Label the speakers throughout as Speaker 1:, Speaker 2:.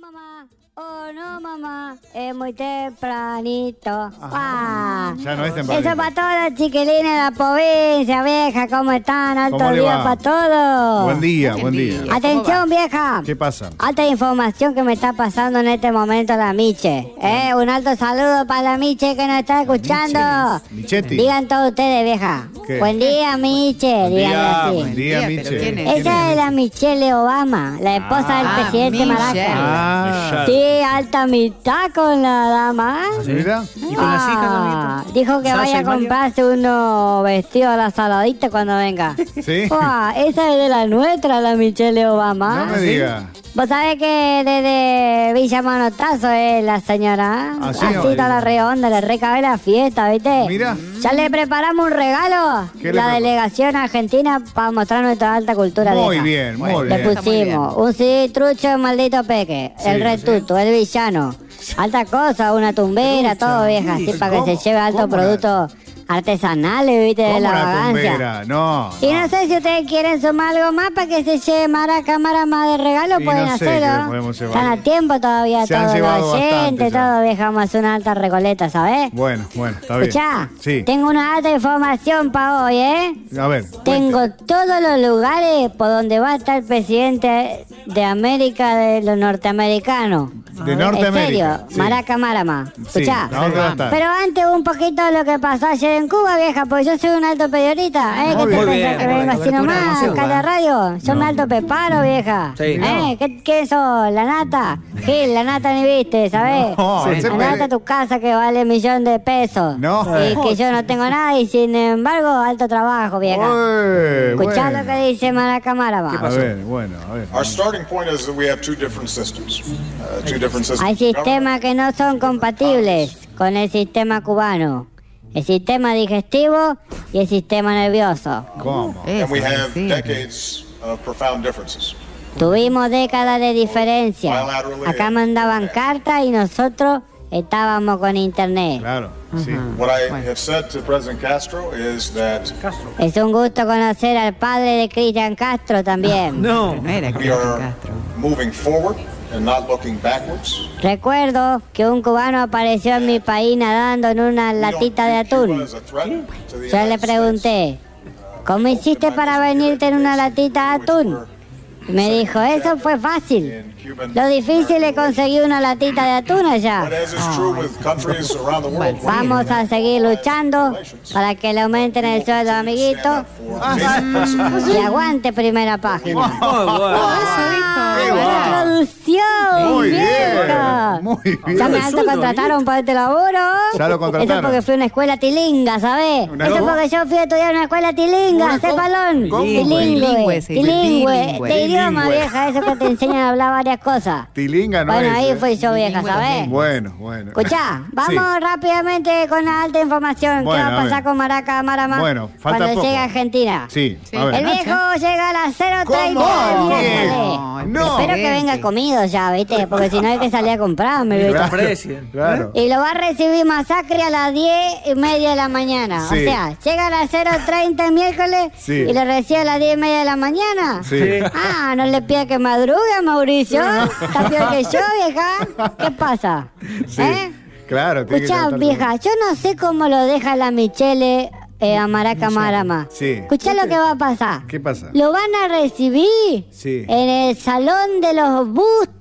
Speaker 1: mamá, oh no mamá, es muy tempranito. Ah.
Speaker 2: Ya no es tempranito.
Speaker 1: Eso para todos los chiquilines de la provincia, vieja, ¿cómo están? Alto
Speaker 2: ¿Cómo le
Speaker 1: día
Speaker 2: va?
Speaker 1: para todos.
Speaker 2: Buen día, buen
Speaker 3: Buen
Speaker 2: día.
Speaker 3: día.
Speaker 1: Atención, vieja.
Speaker 2: ¿Qué pasa?
Speaker 1: Alta información que me está pasando en este momento la Miche.
Speaker 2: Ah.
Speaker 1: Eh, un alto saludo para la Miche que nos está escuchando.
Speaker 2: Michetti.
Speaker 1: Digan todos ustedes, vieja.
Speaker 2: ¿Qué?
Speaker 1: Buen día, Miche.
Speaker 2: Buen
Speaker 1: díganle
Speaker 2: día,
Speaker 1: así.
Speaker 2: buen día,
Speaker 3: Buen día,
Speaker 2: Miche.
Speaker 3: pero ¿quién es?
Speaker 2: ¿Quién
Speaker 1: Esa es la Michelle Obama, la esposa
Speaker 3: Ah,
Speaker 1: del presidente
Speaker 3: Michelle.
Speaker 1: Maraca.
Speaker 2: Ah,
Speaker 1: Sí, alta mitad con la dama. Ah,
Speaker 2: mira.
Speaker 4: ¿Y con las hijas, amiguito?
Speaker 1: dijo que
Speaker 4: Sasha
Speaker 1: vaya a
Speaker 4: y Mario.
Speaker 1: comprarse uno vestido a la saladita cuando venga.
Speaker 2: Sí.
Speaker 1: Uah, esa es de la nuestra, la Michelle Obama.
Speaker 2: No me diga.
Speaker 1: Vos sabés que desde Villa Manotazo es la señora.
Speaker 2: Ah, sí,
Speaker 1: Así
Speaker 2: oye.
Speaker 1: está la redonda, le recabe la fiesta, ¿viste?
Speaker 2: Mirá.
Speaker 1: Ya le preparamos un regalo.
Speaker 2: ¿Qué le
Speaker 1: La
Speaker 2: prepara?
Speaker 1: delegación argentina para mostrar nuestra alta cultura.
Speaker 2: Muy
Speaker 1: vieja.
Speaker 2: bien, muy
Speaker 1: Le
Speaker 2: bien.
Speaker 3: está muy bien.
Speaker 1: pusimos un CD trucho el maldito peque,
Speaker 2: Sí,
Speaker 1: el retuto, el villano. Alta cosa, una tumbera, todo vieja, así
Speaker 2: sí,
Speaker 1: para que
Speaker 2: ¿cómo-
Speaker 1: se lleve altos
Speaker 2: cómo la-
Speaker 1: productos artesanales, viste, de
Speaker 2: ¿Cómo
Speaker 1: la
Speaker 2: la
Speaker 1: vagancia.
Speaker 2: tumbera? No.
Speaker 1: Y no sé si ustedes quieren sumar algo más para que se lleve Mara cámara más de regalo,
Speaker 2: Y
Speaker 1: pueden
Speaker 2: no sé qué le
Speaker 1: hacerlo.
Speaker 2: podemos llevar.
Speaker 1: Están a tiempo todavía
Speaker 2: Se han
Speaker 1: todos
Speaker 2: llevado
Speaker 1: los oyentes,
Speaker 2: bastante ya.
Speaker 1: todo vieja, más una alta recoleta, ¿sabes?
Speaker 2: Bueno, bueno, está bien.
Speaker 1: Escuchá,
Speaker 2: Sí.
Speaker 1: tengo una alta información para hoy, ¿eh?
Speaker 2: A ver.
Speaker 1: Tengo todos los lugares por donde va a estar el presidente de América de los norteamericanos.
Speaker 2: De Norteamérica,
Speaker 1: En serio,
Speaker 2: sí.
Speaker 1: Maraca Marama.
Speaker 2: Sí,
Speaker 1: Escuchá.
Speaker 2: ¿a dónde va a estar?
Speaker 1: Pero antes un poquito de lo que pasó ayer en Cuba, vieja, porque yo soy un alto periodista. ¿eh?
Speaker 2: Ah, Muy
Speaker 1: ¿Qué te
Speaker 2: bien.
Speaker 1: pensás que
Speaker 4: Muy bien,
Speaker 1: vengo así
Speaker 4: cobertura
Speaker 1: nomás
Speaker 4: en
Speaker 1: acá
Speaker 4: Cuba.
Speaker 1: en la radio? Yo me alto preparo, vieja.
Speaker 4: Sí,
Speaker 1: ¿Eh? ¿Qué, ¿Qué sos? ¿La nata? Gil, la nata ni viste, ¿sabés?
Speaker 2: No, ese
Speaker 1: Andate a
Speaker 2: pere-
Speaker 1: tu casa que vale millón de pesos.
Speaker 2: No.
Speaker 1: Y que yo no tengo nada y sin embargo, alto trabajo, vieja.
Speaker 2: Ué,
Speaker 1: Escuchá lo
Speaker 2: bueno.
Speaker 1: que dice Maracamáraba.
Speaker 2: A ver, bueno, a ver.
Speaker 5: Our starting point is that we have two different systems. Uh, two different systems.
Speaker 1: Hay
Speaker 5: of government.
Speaker 1: sistemas que no son compatibles con el sistema cubano. El sistema digestivo y el sistema nervioso.
Speaker 2: ¿Cómo?
Speaker 3: Eso,
Speaker 5: And we have
Speaker 3: sí.
Speaker 5: decades of profound differences.
Speaker 1: Tuvimos décadas de diferencia. Acá mandaban cartas y nosotros estábamos con internet.
Speaker 2: Claro, sí.
Speaker 5: What I have said to President Castro is that
Speaker 1: Es un gusto conocer al padre de Cristian Castro también.
Speaker 4: No.
Speaker 3: No era
Speaker 5: we
Speaker 3: Cristian
Speaker 5: are
Speaker 3: Castro.
Speaker 5: moving forward and not looking backwards.
Speaker 1: Recuerdo que un cubano apareció en mi país nadando en una
Speaker 5: We don't
Speaker 1: latita de
Speaker 5: view Cuba
Speaker 1: atún.
Speaker 5: as a threat to the
Speaker 1: Yo le
Speaker 5: United States.
Speaker 1: pregunté, ¿cómo hiciste para venirte en una latita de atún? Me dijo, eso fue fácil. Lo difícil es conseguir una latita de atún
Speaker 5: But
Speaker 1: allá.
Speaker 5: as is true with countries around the world,
Speaker 1: Vamos a seguir luchando para que le aumenten el sueldo, amiguito, y aguante primera página.
Speaker 4: Muy bueno.
Speaker 2: Qué
Speaker 1: ¡Buena
Speaker 2: guau.
Speaker 1: producción!
Speaker 2: Muy bien.
Speaker 1: vieja!
Speaker 2: Muy bien.
Speaker 1: Ya me
Speaker 4: Sueldo,
Speaker 1: autocontrataron para este laburo.
Speaker 2: Ya lo contrataron.
Speaker 1: Eso porque fui a una escuela tilinga, ¿sabés?
Speaker 2: ¿Una
Speaker 1: Eso
Speaker 2: cómo?
Speaker 1: porque yo fui a estudiar en una escuela tilinga,
Speaker 2: ¿Una cómo?
Speaker 1: cepalón.
Speaker 2: ¿Cómo?
Speaker 1: Bilingüe.
Speaker 3: Bilingüe, sí,
Speaker 1: Bilingüe.
Speaker 3: bilingüe.
Speaker 1: De Este idioma,
Speaker 2: Bilingüe.
Speaker 1: vieja. Eso que te enseñan a hablar varias cosas.
Speaker 2: Tilinga no
Speaker 1: Bueno,
Speaker 2: es,
Speaker 1: ahí
Speaker 2: eh.
Speaker 1: fui yo, vieja, ¿sabés?
Speaker 2: Bueno, bueno.
Speaker 1: Escuchá, vamos
Speaker 2: Sí.
Speaker 1: rápidamente con la alta información.
Speaker 2: Bueno,
Speaker 1: ¿Qué va
Speaker 2: a
Speaker 1: a pasar
Speaker 2: ver.
Speaker 1: con Maraca Marama
Speaker 2: Bueno, falta
Speaker 1: cuando
Speaker 2: poco.
Speaker 1: llegue a Argentina?
Speaker 2: Sí, a
Speaker 1: El
Speaker 2: ver.
Speaker 1: viejo llega a las 0.30.
Speaker 2: ¿Cómo?
Speaker 1: del
Speaker 2: Bien.
Speaker 1: miércoles.
Speaker 2: No.
Speaker 1: Espero que venga comido ya, ¿viste? Porque si no hay que salir a comprarme, ¿viste?
Speaker 4: Claro. President.
Speaker 2: Claro.
Speaker 1: Y lo va a recibir Masacre a las 10 y media de la mañana. O
Speaker 2: Sí.
Speaker 1: sea, llega a las 0.30 el miércoles
Speaker 2: Sí.
Speaker 1: y lo recibe a las 10 y media de la mañana.
Speaker 2: Sí.
Speaker 1: Ah, no le pida que madrugue, Mauricio. Está peor que yo, vieja. ¿Qué pasa?
Speaker 2: Sí.
Speaker 1: ¿Eh?
Speaker 2: Claro, tiene que
Speaker 1: Escuchá,
Speaker 2: tratar-
Speaker 1: vieja, yo no sé cómo lo deja la Michele eh, a Maraca Marama.
Speaker 2: Sí.
Speaker 1: Escuchá lo que va a pasar.
Speaker 2: ¿Qué pasa?
Speaker 1: Lo van a recibir
Speaker 2: Sí.
Speaker 1: en el salón de los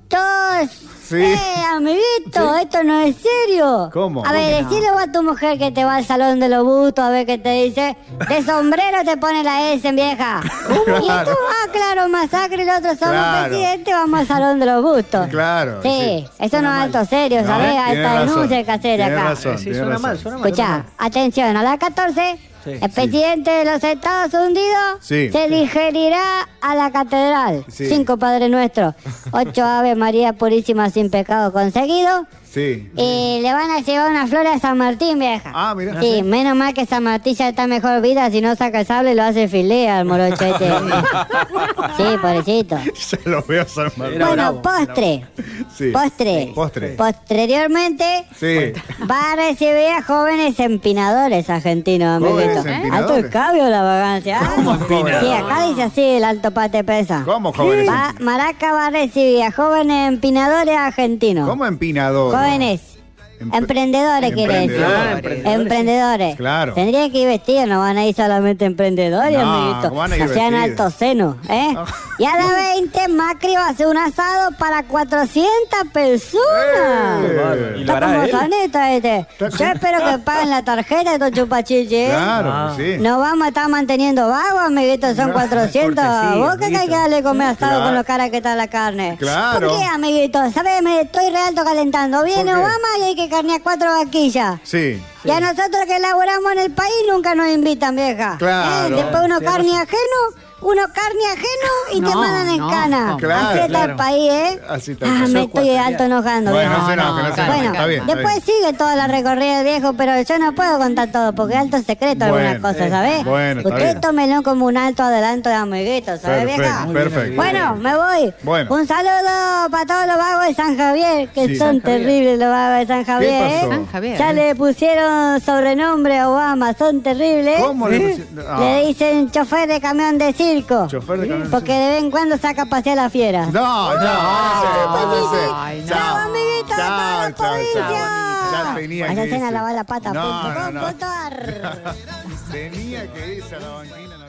Speaker 1: bustos.
Speaker 2: Sí.
Speaker 1: Eh, amiguito, esto no es serio.
Speaker 2: ¿Cómo?
Speaker 1: A ver, decíle vos a tu mujer que te va al salón de los bustos a ver qué te dice. De sombrero te pone la S, vieja. Y esto va, claro, masacre, el otro somos
Speaker 2: Claro.
Speaker 1: presidente, vamos al salón de los bustos.
Speaker 2: Claro,
Speaker 1: Sí,
Speaker 2: sí.
Speaker 1: eso no es alto serio,
Speaker 2: No, eh,
Speaker 1: ¿sabés? Ahí
Speaker 2: tiene
Speaker 1: está
Speaker 2: razón,
Speaker 1: denuncia que hacer
Speaker 2: tiene
Speaker 1: acá.
Speaker 2: razón,
Speaker 4: Sí,
Speaker 2: tiene
Speaker 4: suena
Speaker 2: razón.
Speaker 4: mal, suena mal.
Speaker 1: Escuchá, atención, a las 14,
Speaker 4: Sí.
Speaker 1: el presidente de los Estados Unidos
Speaker 2: Sí.
Speaker 1: se digerirá a la catedral.
Speaker 2: Sí.
Speaker 1: Cinco Padre Nuestro, ocho Ave María Purísima sin pecado conseguido.
Speaker 2: Sí.
Speaker 1: Y le van a llevar una flor a San Martín, vieja.
Speaker 2: Ah, mirá.
Speaker 1: Sí, menos mal que San Martín ya está mejor vida si no saca el sable y lo hace filea al morochete. sí, pobrecito.
Speaker 2: Ya lo veo San Martín.
Speaker 4: Era
Speaker 1: bueno,
Speaker 4: bravo,
Speaker 1: postre.
Speaker 2: Sí.
Speaker 1: Postre.
Speaker 2: Postre.
Speaker 1: Posteriormente
Speaker 2: Sí.
Speaker 1: va a recibir a jóvenes empinadores argentinos,
Speaker 2: Jóvenes
Speaker 1: amiguito. Alto
Speaker 2: empinadores.
Speaker 1: el cabio la vagancia. ¿ah?
Speaker 2: ¿Cómo empinadores?
Speaker 1: Sí, acá dice así el alto pate pesa.
Speaker 2: ¿Cómo jóvenes?
Speaker 1: Va- Maraca va a recibir a jóvenes empinadores argentinos.
Speaker 2: ¿Cómo empinador?
Speaker 1: Jóvenes.
Speaker 2: Empre-
Speaker 1: Emprendedores quiere decir.
Speaker 2: Emprendedores.
Speaker 4: Ah, emprendedores.
Speaker 1: Emprendedores.
Speaker 2: Claro.
Speaker 1: Tendrían que ir vestidos, no van a ir solamente emprendedores,
Speaker 2: No,
Speaker 1: amiguito.
Speaker 2: ¿cómo van a ir
Speaker 1: No sean
Speaker 2: vestidos?
Speaker 1: altos senos, ¿eh?
Speaker 2: No.
Speaker 1: Y a la 20, Macri va a hacer un asado para 400 personas.
Speaker 2: Eh,
Speaker 3: Y lo
Speaker 1: Está
Speaker 3: hará
Speaker 1: como
Speaker 3: él.
Speaker 1: Zaneta este. Yo espero que paguen la tarjeta de estos chupachiches, ¿eh?
Speaker 2: Claro,
Speaker 3: Ah.
Speaker 2: sí.
Speaker 1: No vamos a estar manteniendo vago, amiguito, son 400.
Speaker 4: cortesía,
Speaker 1: Vos que hay que
Speaker 4: amiguito.
Speaker 1: darle de comer asado
Speaker 2: Claro.
Speaker 1: con lo cara que está la carne.
Speaker 2: Claro.
Speaker 1: ¿Por qué, amiguito? ¿Sabes? Me estoy realto calentando. Viene
Speaker 2: ¿Por qué?
Speaker 1: Obama y hay que carnear cuatro vaquillas.
Speaker 2: Sí.
Speaker 1: Y a nosotros que laboramos en el país nunca nos invitan, vieja. ¿Eh?
Speaker 2: Claro.
Speaker 1: Después uno carne ajeno, uno carne ajeno y te
Speaker 4: No,
Speaker 1: mandan en
Speaker 4: no,
Speaker 1: cana.
Speaker 4: no,
Speaker 2: Claro,
Speaker 1: Así está el
Speaker 4: claro.
Speaker 1: país, ¿eh?
Speaker 2: Así está el
Speaker 1: Ah,
Speaker 2: país.
Speaker 1: me
Speaker 2: Son
Speaker 1: estoy alto enojando.
Speaker 2: Bueno,
Speaker 1: vieja.
Speaker 2: no se enoje, no se enoje.
Speaker 4: calma,
Speaker 1: Bueno,
Speaker 2: Está bien. está
Speaker 1: después
Speaker 2: bien.
Speaker 1: sigue toda la recorrida del viejo, pero yo no puedo contar todo porque es alto secreto
Speaker 2: Bueno,
Speaker 1: algunas cosas,
Speaker 2: eh,
Speaker 1: ¿sabés?
Speaker 2: bueno, está
Speaker 1: Usted
Speaker 2: bien.
Speaker 1: tómelo como un alto adelanto de amiguitos, ¿sabes,
Speaker 2: Perfecto,
Speaker 1: vieja?
Speaker 2: perfecto.
Speaker 1: Bueno, me voy.
Speaker 2: Bueno.
Speaker 1: Un saludo para todos los vagos de San Javier, que
Speaker 2: Sí.
Speaker 1: son
Speaker 2: San
Speaker 4: Javier.
Speaker 1: terribles los vagos de San Javier. ¿eh?
Speaker 2: pasó?
Speaker 4: San Javier,
Speaker 1: Ya
Speaker 4: ¿eh?
Speaker 1: le pusieron sobrenombre a Obama, son terribles.
Speaker 2: ¿Cómo le pusieron? Ah.
Speaker 1: Le dicen chofer de camión de circo.
Speaker 2: Chofer de camión de
Speaker 1: Porque de vez en cuando saca a pasear a la fiera.
Speaker 2: No, no, Ah, no, no, no,
Speaker 4: Ay, no.
Speaker 1: Chao, amiguito de toda la provincia.
Speaker 2: Ya tenía que
Speaker 1: Vayan a
Speaker 2: irse.
Speaker 1: lavar la pata.
Speaker 2: No,
Speaker 1: punto
Speaker 2: no,
Speaker 1: com,
Speaker 2: no.
Speaker 1: punto ar.
Speaker 2: Tenía que irse a la banquina.